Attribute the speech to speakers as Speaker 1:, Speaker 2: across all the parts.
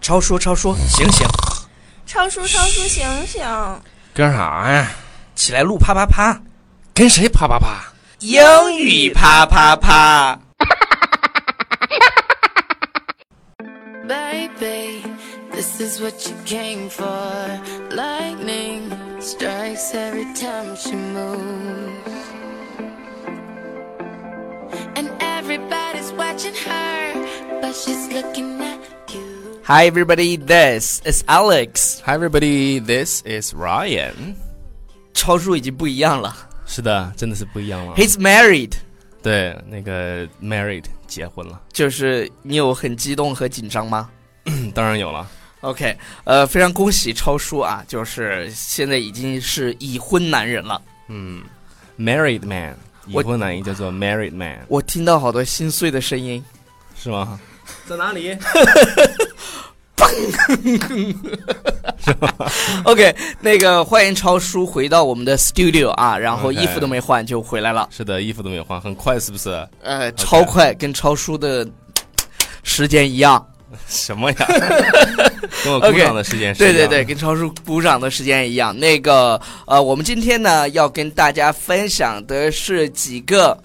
Speaker 1: 超叔，超
Speaker 2: 嗯
Speaker 1: 叔，醒醒，
Speaker 3: 超叔，超叔，醒醒！
Speaker 2: 干啥呀？
Speaker 1: 起来录啪啪啪，
Speaker 2: 啊哎跟谁啪啪啪？
Speaker 1: 英语啪啪啪。
Speaker 4: Baby, this is what you came for. Lightning strikes every time she moves. And everybody's watching her, but she's looking at you.
Speaker 1: Hi everybody, this is Alex。
Speaker 2: Hi everybody, this is Ryan。
Speaker 1: 超叔已经不一样了
Speaker 2: 是的，真的是不一样了。
Speaker 1: ，He's married。
Speaker 2: 对，那个 married 结婚了，
Speaker 1: 就是你有很激动和紧张吗
Speaker 2: 嗯当然有了。
Speaker 1: ？OK，呃，非常恭喜超叔啊，就是现在已经是已婚男人了。
Speaker 2: 嗯，married man，已
Speaker 1: 我
Speaker 2: 婚男也叫做 married man，
Speaker 1: 我听到好多心碎的声音。
Speaker 2: 是吗？在哪里？
Speaker 1: OK，那个欢迎超叔回到我们的 studio 啊，然后
Speaker 2: OK
Speaker 1: 衣服都没换就回来了，
Speaker 2: 是的，衣服都没有换，很快是不是？
Speaker 1: 呃，超快，跟超叔的时间一样。
Speaker 2: 什么呀？跟我鼓掌的时间是
Speaker 1: 对
Speaker 2: 一
Speaker 1: 对
Speaker 2: 样
Speaker 1: 对，
Speaker 2: 的
Speaker 1: 跟超叔鼓掌的时间一样。那个呃，我们今天呢要跟大家分享的是几个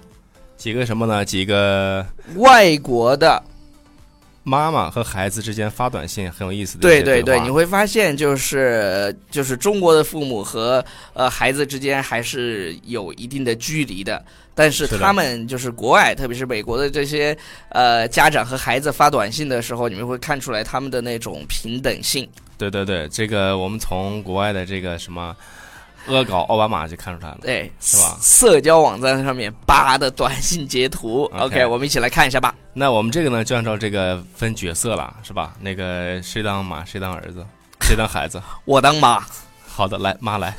Speaker 2: 几个什么呢？几个
Speaker 1: 外国的，
Speaker 2: 妈妈和孩子之间发短信很有意思的一
Speaker 1: 对
Speaker 2: 些
Speaker 1: 对对，
Speaker 2: 话
Speaker 1: 你会发现就是就是中国的父母和呃孩子之间还是有一定的距离的。但是
Speaker 2: 是的
Speaker 1: 他们就是国外，特别是美国的这些呃家长和孩子发短信的时候，你们会看出来他们的那种平等性。
Speaker 2: 对对对，这个我们从国外的这个什么恶搞奥巴马就看出来了。
Speaker 1: 对，
Speaker 2: 是
Speaker 1: 哎
Speaker 2: 吧
Speaker 1: 社交网站上面扒的短信截图
Speaker 2: OK
Speaker 1: OK，我们一起来看一下吧。
Speaker 2: 那我们这个呢，就按照这个分角色了，是吧？那个谁当妈，谁当 儿子，谁当孩子。
Speaker 1: 我当妈
Speaker 2: 好的，来妈来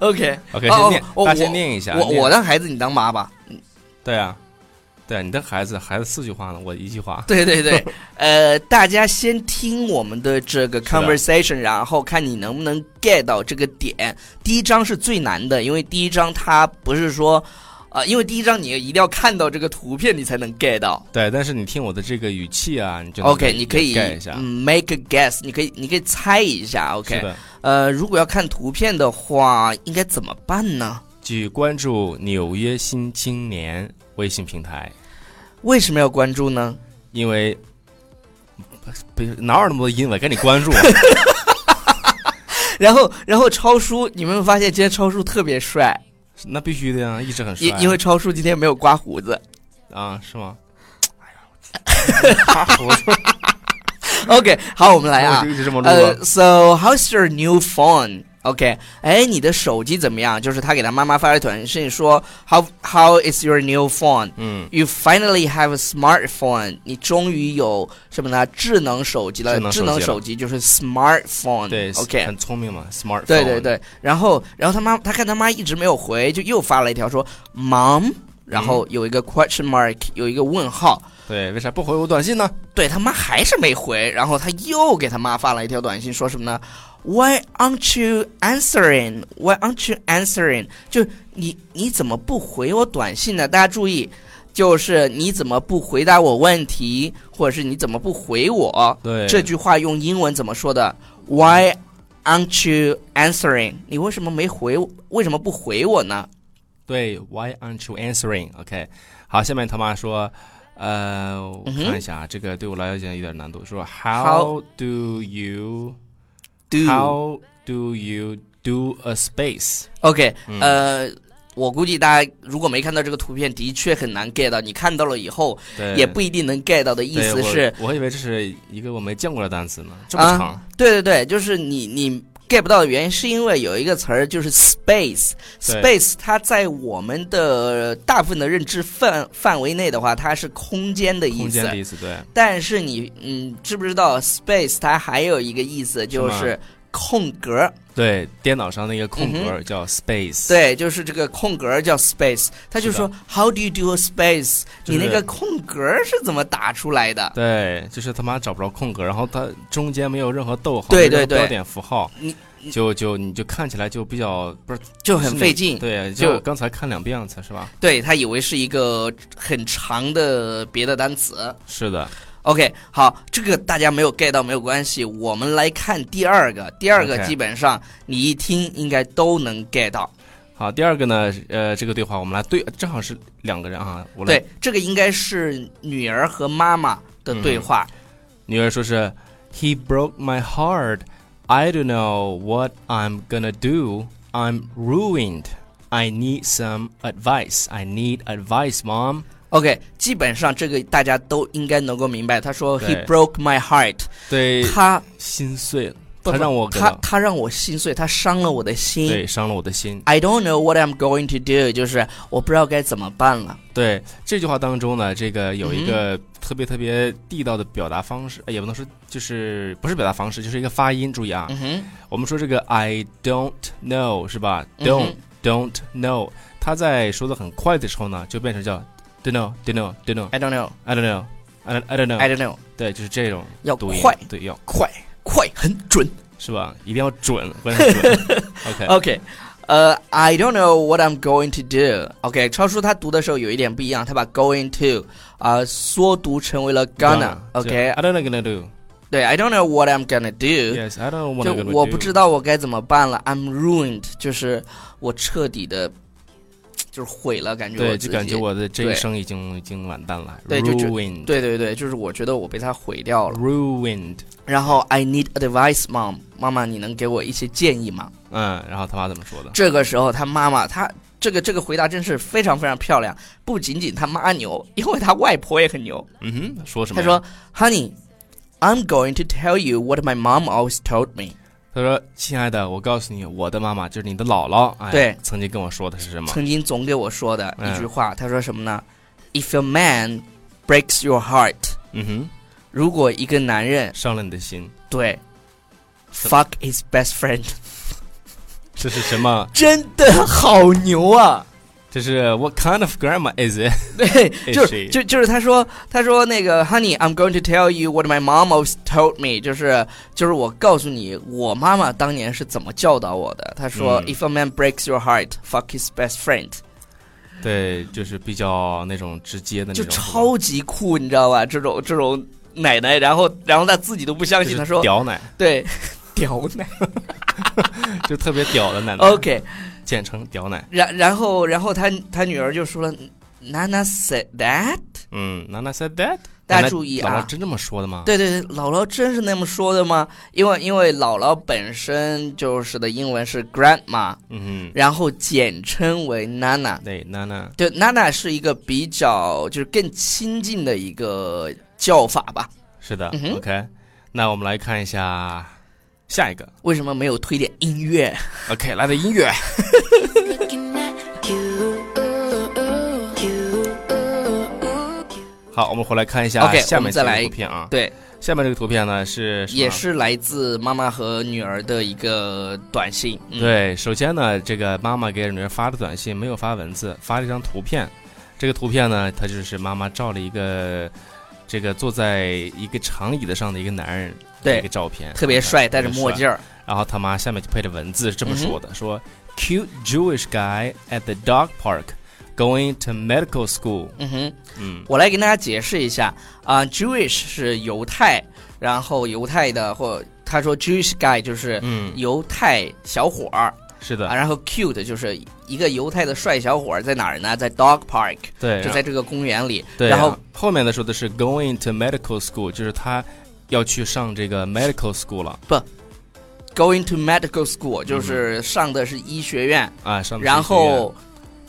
Speaker 1: ，OK，
Speaker 2: ，OK，
Speaker 1: 哦
Speaker 2: 先念，
Speaker 1: 哦
Speaker 2: 大
Speaker 1: 我
Speaker 2: 家念一下。
Speaker 1: 我
Speaker 2: 念
Speaker 1: 我当孩子，你当妈吧。
Speaker 2: 对啊，对啊，你的孩子，孩子四句话呢，我一句话。
Speaker 1: 对对 对，呃，大家先听我们的这个
Speaker 2: 的
Speaker 1: conversation，然后看你能不能 get 到这个点。第一章是最难的，因为第一章它不是说，呃，因为第一章你一定要看到这个图片，你才能 get 到。
Speaker 2: 对，但是你听我的这个语气啊，你就能
Speaker 1: OK，你可以
Speaker 2: get 一下
Speaker 1: 嗯。make a guess，你可以你可以猜一下。
Speaker 2: 是
Speaker 1: OK，
Speaker 2: 的，
Speaker 1: 呃，如果要看图片的话，应该怎么办呢？
Speaker 2: 去关注《纽约新青年》微信平台，
Speaker 1: 为什么要关注呢？
Speaker 2: 因为不是哪有那么多英文？赶紧 关注啊！
Speaker 1: 然后，然后超叔，你们有没有发现今天超叔特别帅，
Speaker 2: 那必须的呀，一直很帅
Speaker 1: 因
Speaker 2: 啊。
Speaker 1: 因为超叔今天没有刮胡子。
Speaker 2: 啊，是吗？哎呀，我
Speaker 1: OK，好，我们来
Speaker 2: 我
Speaker 1: 啊
Speaker 2: 就。一直这么录啊
Speaker 1: 呃、。s o how's your new phone? OK，哎，你的手机怎么样？就是他给他妈妈发了短信说，How How is your new phone?
Speaker 2: 嗯，
Speaker 1: You finally have a smartphone. 你终于有什么呢？智能手机了。智
Speaker 2: 智能手机了
Speaker 1: 能手机就是 smartphone。
Speaker 2: 对
Speaker 1: ，OK，
Speaker 2: 很聪明嘛，smart。
Speaker 1: 对对，对。然后，然后他妈，他看他妈一直没有回，就又发了一条说，Mom，然后有一个 question mark，有一个问号。
Speaker 2: 对，为啥不回我短信呢？
Speaker 1: 对他妈还是没回，然后他又给他妈发了一条短信，说什么呢？Why aren't you answering? Why aren't you answering? 就你你怎么不回我短信呢？大家注意，就是你怎么不回答我问题，或者是你怎么不回我？
Speaker 2: 对，
Speaker 1: 这句话用英文怎么说的？Why aren't you answering? 你为什么没回我？为什么不回我呢？
Speaker 2: 对，Why aren't you answering？OK，好，下面他妈说，呃，我
Speaker 1: 嗯哼
Speaker 2: 看一下啊，这个对我来讲有点难度，说
Speaker 1: How
Speaker 2: How do you
Speaker 1: Do
Speaker 2: How do you do a space？
Speaker 1: OK，、
Speaker 2: 嗯
Speaker 1: 呃，我估计大家如果没看到这个图片，的确很难 get 到。你看到了以后，
Speaker 2: 对，
Speaker 1: 也不一定能 get 到的意
Speaker 2: 对
Speaker 1: 思是，
Speaker 2: 我，我以为这是一个我没见过的单词呢，这么
Speaker 1: 啊
Speaker 2: 长，
Speaker 1: 对对对，就是你你 get 不到的原因，是因为有一个词儿就是 space，space 它在我们的大部分的认知范范围内的话，它是空间的意
Speaker 2: 空间
Speaker 1: 思
Speaker 2: 的。意思，对，
Speaker 1: 但是你嗯，知不知道 space 它还有一个意思就
Speaker 2: 什
Speaker 1: 是空格儿？
Speaker 2: 对，电脑上那个空
Speaker 1: 嗯
Speaker 2: 格叫 space，
Speaker 1: 对，就是这个空格儿叫 space，他就是
Speaker 2: 的
Speaker 1: 说 How do you do a space？、
Speaker 2: 就是
Speaker 1: 你那个空格儿是怎么打出来的？
Speaker 2: 对，就是他妈找不着空格，然后它中间没有任何逗号，
Speaker 1: 对
Speaker 2: 没有任
Speaker 1: 对
Speaker 2: 何
Speaker 1: 对
Speaker 2: 标点符号，
Speaker 1: 你
Speaker 2: 就就你就看起来就比较不是
Speaker 1: 就很费劲。
Speaker 2: 对，
Speaker 1: 就
Speaker 2: 就刚才看两遍才是吧？
Speaker 1: 对他以为是一个很长的别的单词。
Speaker 2: 是的，
Speaker 1: OK，好，这个大家没有 get 到没有关系，我们来看第二个，第二个
Speaker 2: OK
Speaker 1: 基本上你一听应该都能 get 到。
Speaker 2: 好，第二个呢，呃，这个对话我们来对，正好是两个人啊，我来
Speaker 1: 对，这个应该是女儿和妈妈的对话。
Speaker 2: 女儿说是 He broke my heart. I don't know what I'm gonna do. I'm ruined. I need some advice. I need advice, mom.
Speaker 1: OK，基本上这个大家都应该能够明白。他说
Speaker 2: 对
Speaker 1: He broke my heart，
Speaker 2: 对，
Speaker 1: 他
Speaker 2: 心碎了，
Speaker 1: 不
Speaker 2: 他让我给
Speaker 1: 他他让我心碎，他伤了我的
Speaker 2: 对
Speaker 1: 心。
Speaker 2: 伤了我的心。
Speaker 1: I don't know what I'm going to do，就是我不知道该怎么办了。
Speaker 2: 对这句话当中呢，这个有一
Speaker 1: 嗯
Speaker 2: 个特别特别地道的表达方式，呃也不能说就是不是表达方式，就是一个发音。注意啊，
Speaker 1: 嗯哼，
Speaker 2: 我们说这个 I don't know 是吧
Speaker 1: 嗯
Speaker 2: ？Don't、
Speaker 1: 哼
Speaker 2: don't know，它在说的很快的时候呢，就变成叫 don't know don't know don't know
Speaker 1: ，I don't know，I
Speaker 2: I don't know I don't I don't know，
Speaker 1: don't know，
Speaker 2: 对，就是这种
Speaker 1: 要
Speaker 2: 读音，
Speaker 1: 快
Speaker 2: 对，要
Speaker 1: 快快，很准。
Speaker 2: 是吧？一定要准，关键是准。OK，
Speaker 1: OK，呃、i don't know what I'm going to do。OK，超叔他读的时候有一点不一样，他把 going to 啊、缩读成为了 gonna。OK，
Speaker 2: I don't know gonna do。
Speaker 1: 对，I don't know what I'm gonna do。
Speaker 2: Yes, I don't
Speaker 1: 呃就
Speaker 2: want to。
Speaker 1: 我不知道我该怎么办了，I'm ruined，就是我彻底的，就是毁了，感觉我
Speaker 2: 对，
Speaker 1: 自己
Speaker 2: 就感觉，我的这
Speaker 1: 对
Speaker 2: 一生已经已经完蛋了
Speaker 1: 对就觉
Speaker 2: ，ruined，
Speaker 1: 对对对，就是我觉得我被他毁掉了。
Speaker 2: ，ruined，
Speaker 1: 然后 I need advice, mom，妈妈，你能给我一些建议吗？
Speaker 2: 嗯，然后他妈怎么说的？
Speaker 1: 这个时候，他妈妈，他这个这个回答真是非常非常漂亮。不仅仅他妈牛，因为他外婆也很牛。
Speaker 2: 嗯哼，说什么
Speaker 1: 他
Speaker 2: 呀？
Speaker 1: 说：“Honey, I'm going to tell you what my mom always told me。
Speaker 2: 他说：“亲爱的，我告诉你，我的妈妈就是你的姥姥，哎，
Speaker 1: 对
Speaker 2: 曾经跟我说的是什么？
Speaker 1: 曾经总给我说的
Speaker 2: 嗯
Speaker 1: 一句话，他说什么呢？If a man breaks your heart，
Speaker 2: 嗯哼，
Speaker 1: 如果一个男人
Speaker 2: 伤了你的心，
Speaker 1: 对
Speaker 2: 是的
Speaker 1: fuck his best friend，
Speaker 2: 这是什么？
Speaker 1: 真的好牛啊！
Speaker 2: 这是 What kind of grandma is it？
Speaker 1: 对，就
Speaker 2: she-
Speaker 1: 是就就是他说他说那个 Honey，I'm going to tell you what my mom always told me，就是就是我告诉你我妈妈当年是怎么教导我的。他说、
Speaker 2: 嗯
Speaker 1: If a man breaks your heart，fuck his best friend，
Speaker 2: 对，就是比较那种直接的那
Speaker 1: 就
Speaker 2: 种，
Speaker 1: 超级酷，你知道吧？这种这种奶奶，然后然后他自己都不相
Speaker 2: 就是
Speaker 1: 信，他说
Speaker 2: 屌奶，
Speaker 1: 对， 屌奶。
Speaker 2: 就特别屌的奶奶
Speaker 1: OK，
Speaker 2: 简称屌奶。
Speaker 1: 然然后然后他他女儿就说了，Nana said that。
Speaker 2: 嗯，Nana said that。
Speaker 1: 大家
Speaker 2: 奶奶
Speaker 1: 注意
Speaker 2: 姥
Speaker 1: 啊
Speaker 2: 姥真这么说的吗？
Speaker 1: 对对对，姥姥真是那么说的吗？因为因为姥姥本身就是的英文是 grandma，
Speaker 2: 嗯
Speaker 1: 然后简称为 Nana
Speaker 2: 哼，。对，Nana，
Speaker 1: 对，Nana 是一个比较就是更亲近的一个叫法吧？
Speaker 2: 是的
Speaker 1: 嗯哼。
Speaker 2: OK，那我们来看一下下一个。
Speaker 1: 为什么没有推点音乐？
Speaker 2: OK，来点音乐。
Speaker 4: Looking at you, you, you.
Speaker 2: 好，我们回来看一下
Speaker 1: OK，
Speaker 2: 下
Speaker 1: 我
Speaker 2: 面
Speaker 1: 们再
Speaker 2: 这个
Speaker 1: 来
Speaker 2: 图片啊。
Speaker 1: 对，
Speaker 2: 下面这个图片呢是什么
Speaker 1: 也是来自妈妈和女儿的一个短信。嗯、
Speaker 2: 对，首先呢，这个妈妈给女儿发的短信没有发文字，发了一张图片。这个图片呢，它就是妈妈照了一个这个坐在一个长椅子上的一个男人的
Speaker 1: 对
Speaker 2: 一个照片，
Speaker 1: 特别帅，戴着墨
Speaker 2: 儿。
Speaker 1: 镜儿。嗯
Speaker 2: 然后他妈下面就配着文字是这么说的：说 cute Jewish guy at the dog park going to medical school。
Speaker 1: 嗯哼，
Speaker 2: 嗯，
Speaker 1: 我来跟大家解释一下啊、j e w i s h 是犹太，然后犹太的或他说 Jewish guy 就是
Speaker 2: 嗯
Speaker 1: 犹太小伙儿、
Speaker 2: 是
Speaker 1: 啊，
Speaker 2: 的，
Speaker 1: 然后 cute 就是一个犹太的帅小伙儿在哪儿呢？在 dog park，
Speaker 2: 对，
Speaker 1: 就
Speaker 2: 然
Speaker 1: 在这个公园里。
Speaker 2: 对，啊
Speaker 1: 然后
Speaker 2: 后面的说的是 going to medical school，就是他要去上这个 medical school 了
Speaker 1: going to medical school 就是上的是医学院，
Speaker 2: 啊，嗯上的是
Speaker 1: 然
Speaker 2: 医学院
Speaker 1: 后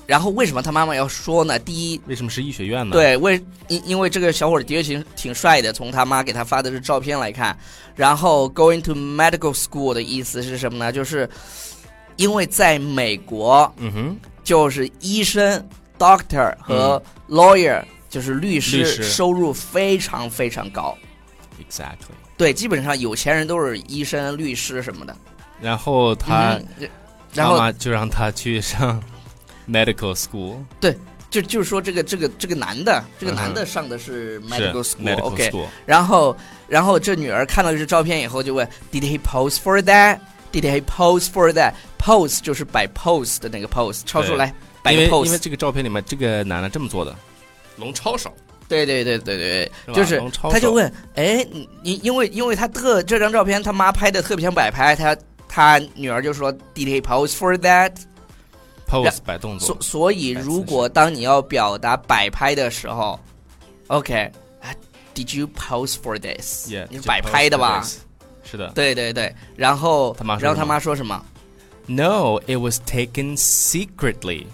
Speaker 1: 然后为什么他妈妈要说呢？第一，
Speaker 2: 为什么是医学院呢？，
Speaker 1: 对，为因因为这个小伙儿的确挺挺帅的，从他妈给他发的这照片来看，然后 going to medical school 的意思是什么呢？就是因为在美国，
Speaker 2: 嗯哼，
Speaker 1: 就是医生 doctor 和 lawyer、就是律师
Speaker 2: 嗯律师
Speaker 1: 收入非常非常高，
Speaker 2: Exactly。
Speaker 1: 对，基本上有钱人都是医生、律师什么的。
Speaker 2: 然后他
Speaker 1: 嗯哼然后
Speaker 2: 妈妈就让他去上 medical school，
Speaker 1: 就就是说这个这个这个男的，这个男
Speaker 2: 嗯
Speaker 1: 的上的是
Speaker 2: 是
Speaker 1: medical
Speaker 2: medical
Speaker 1: school，OK，、
Speaker 2: school。
Speaker 1: 然后，然后这女儿看到这照片以后就问：“Did he pose for that? Did he pose for that? Pose 就是摆 pose 的那个 pose，超出来摆
Speaker 2: 因
Speaker 1: 个
Speaker 2: 为因为
Speaker 1: pose。
Speaker 2: 这个照片里面这个男的这么做的，龙抄手，
Speaker 1: 对对对对对
Speaker 2: 是吧
Speaker 1: 就是
Speaker 2: 能抄手
Speaker 1: 他就问，哎，你你因为因为他特这张照片他妈拍的特别像摆拍，他他女儿就说 Did he pose for that？
Speaker 2: pose 摆动
Speaker 1: 所
Speaker 2: 作，
Speaker 1: 所以如果当你要表达摆拍的时候，OK，啊，Did you pose for this？
Speaker 2: 也
Speaker 1: 你是摆拍的吧？
Speaker 2: 是的。
Speaker 1: 对对对，然后
Speaker 2: 他妈说
Speaker 1: 然后
Speaker 2: 什
Speaker 1: 他
Speaker 2: 么
Speaker 1: 妈说什么
Speaker 2: No, it was taken secretly，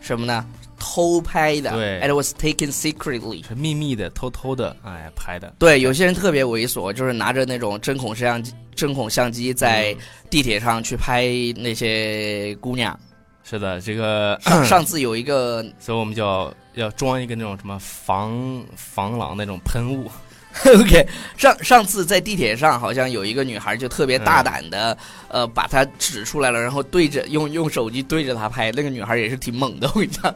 Speaker 1: 什么呢？偷拍的
Speaker 2: 对
Speaker 1: ，and was taken secretly。
Speaker 2: 是秘密的、偷偷的，哎，拍的。
Speaker 1: 对，有些人特别猥琐，就是拿着那种针孔摄像机、针孔相机在
Speaker 2: 嗯
Speaker 1: 地铁上去拍那些姑 娘。
Speaker 2: 是的，这个，
Speaker 1: 上上次有一 个，
Speaker 2: 所以我们就要要装一个那种什么防防狼那种喷雾，
Speaker 1: OK，上上次在地铁上好像有一个女孩就特别
Speaker 2: 嗯
Speaker 1: 大胆的，呃，把她指出来了，然后对着用用手机对着她拍，那个女孩也是挺猛的，我跟你讲。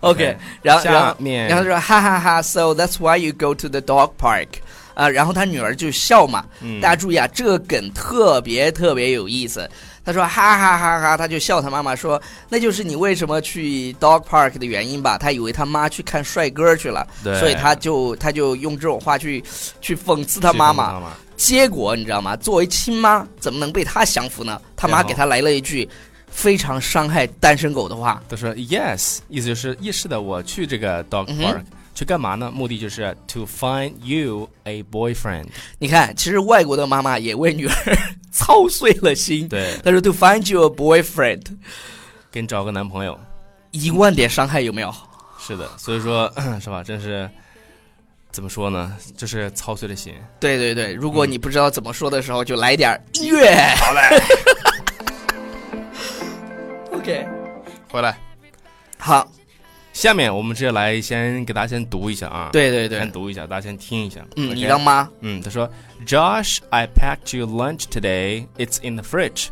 Speaker 1: OK，然后然
Speaker 2: 下
Speaker 1: 后
Speaker 2: 面
Speaker 1: 然后说哈哈哈，So that's why you go to the dog park 啊、然后他女儿就笑嘛，
Speaker 2: 嗯
Speaker 1: 大家注意啊，这个梗特别特别有意思。他说哈哈哈哈，他就笑他妈妈说，那就是你为什么去 dog park 的原因吧？他以为他妈去看帅哥去了，
Speaker 2: 对
Speaker 1: 所以他就他就用这种话去去讽刺他妈妈。
Speaker 2: 妈，
Speaker 1: 结果你知道吗？作为亲妈，怎么能被他降服呢？他
Speaker 2: 然
Speaker 1: 妈
Speaker 2: 后
Speaker 1: 给他来了一句非常伤害单身狗的话。
Speaker 2: 他说 yes，意思就是意识的我去这个 dog
Speaker 1: 嗯
Speaker 2: park、
Speaker 1: 哼
Speaker 2: 去干嘛呢？目的就是 to find you a boyfriend。
Speaker 1: 你看，其实外国的妈妈也为女儿 操碎了心。
Speaker 2: 对，
Speaker 1: 她说 “To find you a boyfriend”，
Speaker 2: 给你找个男朋友。
Speaker 1: 一万点伤害有没有？
Speaker 2: 是的，所以说 是吧？真是怎么说呢？就是操碎了心。
Speaker 1: 对对
Speaker 2: 嗯
Speaker 1: 对，如果你不知道怎么说的时候，就来点儿音乐。好嘞。OK，
Speaker 2: 回来，
Speaker 1: 好，
Speaker 2: 下面我们直接来先给大家先读一下啊。，
Speaker 1: 对对对
Speaker 2: 先，读一下，大家先听一下。
Speaker 1: 嗯，你
Speaker 2: OK？
Speaker 1: 当妈，
Speaker 2: 嗯，他说，Josh，I packed you lunch today. It's in the fridge.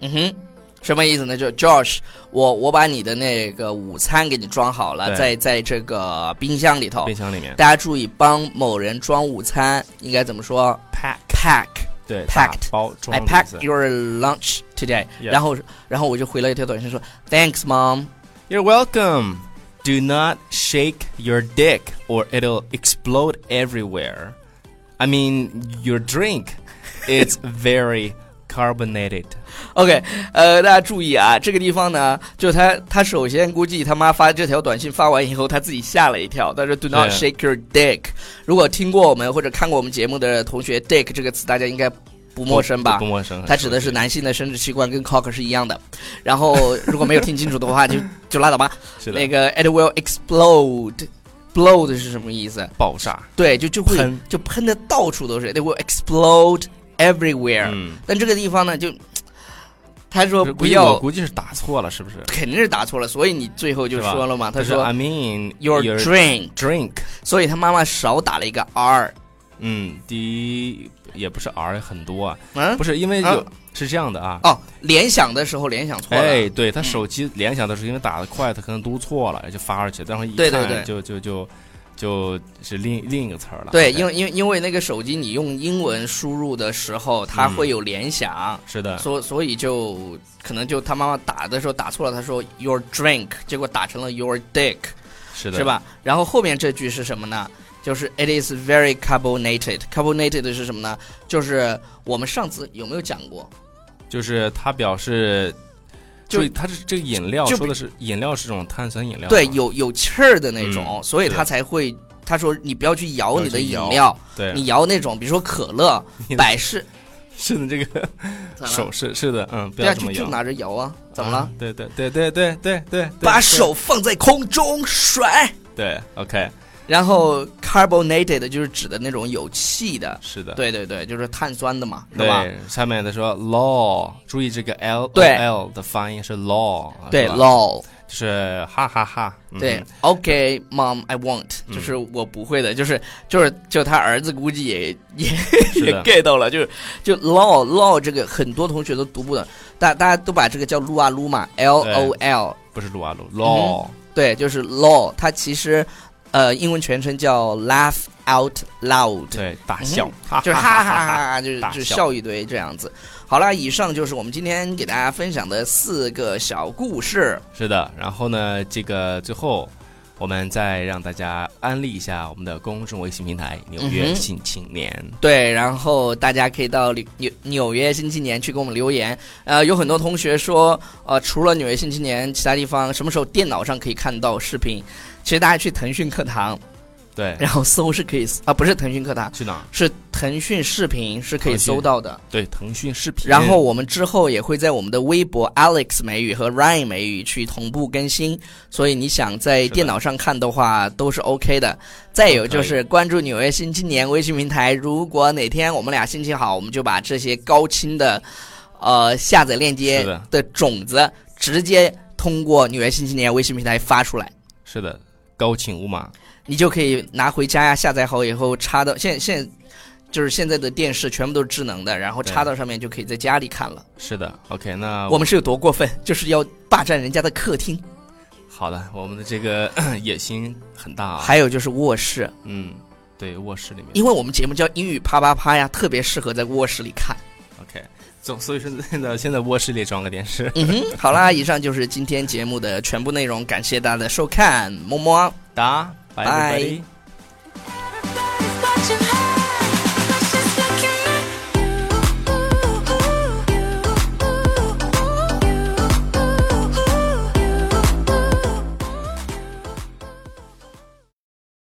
Speaker 1: 嗯哼，什么意思呢？就 Josh，我我把你的那个午餐给你装好了，
Speaker 2: 对
Speaker 1: 在在这个冰箱里头
Speaker 2: 冰。箱里面。
Speaker 1: 大家注意，帮某人装午餐应该怎么说
Speaker 2: pack
Speaker 1: ？Pack。
Speaker 2: 对
Speaker 1: packed
Speaker 2: 打包装
Speaker 1: I
Speaker 2: 的意
Speaker 1: packed
Speaker 2: 思
Speaker 1: your lunch today。
Speaker 2: Yeah.
Speaker 1: 然后，然后我就回了一条短信说，Thanks, mom。
Speaker 2: You're welcome. Do not shake your dick or it'll explode everywhere. I mean, your drink is very carbonated.
Speaker 1: OK，呃，大家注意啊，这个地方呢，就他他首先估计他妈发这条短信发完以后，他自己吓了一跳。他说 “Do not
Speaker 2: 对
Speaker 1: shake your dick”。如果听过我们或者看过我们节目的同学，“dick” 这个词大家应该不陌生吧
Speaker 2: 不？陌生。
Speaker 1: 它指的是男性的生殖器官跟 cock 是一样的。然后如果没有听清楚的话，就就拉倒 吧。
Speaker 2: 是的
Speaker 1: 那个 “it will explode”。Blow 的是什么意思？
Speaker 2: 爆炸。
Speaker 1: 对，就就会
Speaker 2: 喷
Speaker 1: 就喷的到处都是，they will explode everywhere、
Speaker 2: 嗯，
Speaker 1: 但这个地方呢，就他说
Speaker 2: 估
Speaker 1: 不
Speaker 2: 计
Speaker 1: 要
Speaker 2: 我，估计是打错了，是不是？
Speaker 1: 肯定是打错了，所以你最后就是
Speaker 2: 吧
Speaker 1: 说了嘛，他
Speaker 2: 是
Speaker 1: 说
Speaker 2: I mean
Speaker 1: your drink，
Speaker 2: drink，
Speaker 1: 所以他妈妈少打了一个 r，
Speaker 2: 嗯，第一也不是 R 很多啊，
Speaker 1: 嗯
Speaker 2: 不，是因为
Speaker 1: 啊
Speaker 2: 有是这样的啊。
Speaker 1: 哦，联想的时候联想错了，
Speaker 2: 哎，对他手机联想的时候，因为打的快，他可能读错了，就发上去，然后一看
Speaker 1: 对对对
Speaker 2: 就就就就是另另一个词儿了。
Speaker 1: 对，
Speaker 2: OK
Speaker 1: 因为因为因为那个手机你用英文输入的时候，它
Speaker 2: 嗯
Speaker 1: 会有联想。
Speaker 2: 是的，
Speaker 1: 所所以就可能就他妈妈打的时候打错了，他说 your drink，结果打成了 your dick，
Speaker 2: 是的，
Speaker 1: 是？吧？然后后面这句是什么呢？就是 It is very carbonated。carbonated 是什么呢？就是我们上次有没有讲过？
Speaker 2: 就是他表示，
Speaker 1: 就
Speaker 2: 就他是这个饮料
Speaker 1: 就
Speaker 2: 说的是饮料是这种碳酸饮料吗，
Speaker 1: 对，有有气儿的那种，
Speaker 2: 嗯
Speaker 1: 所以
Speaker 2: 是
Speaker 1: 他才会他说你不要去摇
Speaker 2: 不要
Speaker 1: 你的
Speaker 2: 去
Speaker 1: 饮
Speaker 2: 摇
Speaker 1: 料，
Speaker 2: 对，
Speaker 1: 你摇那种比如说可乐
Speaker 2: 你、的
Speaker 1: 百事，
Speaker 2: 是的，这个
Speaker 1: 咋了
Speaker 2: 手是是的，嗯，不
Speaker 1: 对啊，
Speaker 2: 要这
Speaker 1: 就
Speaker 2: 么
Speaker 1: 就
Speaker 2: 摇，
Speaker 1: 拿着摇啊，怎么
Speaker 2: 啊
Speaker 1: 了？？
Speaker 2: 对对对对对对对，对
Speaker 1: 把手放在空中甩。
Speaker 2: 对，OK，
Speaker 1: 然后 carbonated 就是指的那种有气的，
Speaker 2: 是的，
Speaker 1: 对对对，就是碳酸的嘛，是吧？
Speaker 2: 对。下面他说 law，注意这个 L
Speaker 1: 对
Speaker 2: L 的发音是 law，
Speaker 1: 对
Speaker 2: 是吧
Speaker 1: law，
Speaker 2: 就是哈哈哈，嗯
Speaker 1: 对、o k mom I won't，就是我不会的，就是就是就他儿子估计也也
Speaker 2: 是
Speaker 1: 也
Speaker 2: 的
Speaker 1: get 到了，就是就 law law 这个很多同学都读不懂，大大家都把这个叫撸啊撸嘛，L O L，
Speaker 2: 不是撸啊撸，law，
Speaker 1: 嗯对，就是 law，它其实呃英文全称叫 laugh out loud，
Speaker 2: 对，大笑
Speaker 1: 嗯，
Speaker 2: 哈
Speaker 1: 就是哈哈哈哈，就是
Speaker 2: 大
Speaker 1: 就是
Speaker 2: 笑
Speaker 1: 笑一堆这样子。好啦，以上就是我们今天给大家分享的四个小故事。
Speaker 2: 是的，然后呢，这个最后我们再让大家安利一下我们的公众微信平台《纽
Speaker 1: 嗯
Speaker 2: 约
Speaker 1: 哼
Speaker 2: 新青年》
Speaker 1: 对，然后大家可以到纽纽纽约新青年去给我们留言。呃，有很多同学说，呃，除了纽约新青年，其他地方什么时候电脑上可以看到视频？其实大家去腾讯课堂，
Speaker 2: 对，
Speaker 1: 然后搜是可以啊、不是腾讯课堂，
Speaker 2: 去哪儿？
Speaker 1: 是腾讯视频是可以
Speaker 2: 腾讯
Speaker 1: 搜到的。
Speaker 2: 对，腾讯视频。
Speaker 1: 然后我们之后也会在我们的微博 Alex 美语和 Ryan 美语去同步更新，所以你想在
Speaker 2: 的
Speaker 1: 电脑上看的话都是 OK 的。再有
Speaker 2: 嗯
Speaker 1: 就是关注纽约新青年微信平台，如果哪天我们俩心情好，我们就把这些高清的呃下载链接
Speaker 2: 是的
Speaker 1: 的种子直接通过纽约新青年微信平台发出来。
Speaker 2: 是的，高清无码。
Speaker 1: 你就可以拿回家呀，下载好以后插到现现就是现在的电视全部都是智能的，然后
Speaker 2: 对
Speaker 1: 插到上面就可以在家里看了。
Speaker 2: 是的，OK，那
Speaker 1: 我们是有多过分，就是要霸占人家的客厅，
Speaker 2: 好了，我们的这个 野心很大啊。
Speaker 1: 还有就是卧室，
Speaker 2: 嗯，对，卧室里面。
Speaker 1: 因为我们节目叫英语啪啪啪呀，特别适合在卧室里看。
Speaker 2: OK，总所以说现在现在卧室里装个电视。
Speaker 1: 嗯哼，好啦，以上就是今天节目的全部内容，感谢大家的收看，么么。啊
Speaker 2: 哒，拜
Speaker 1: 拜
Speaker 2: 拜。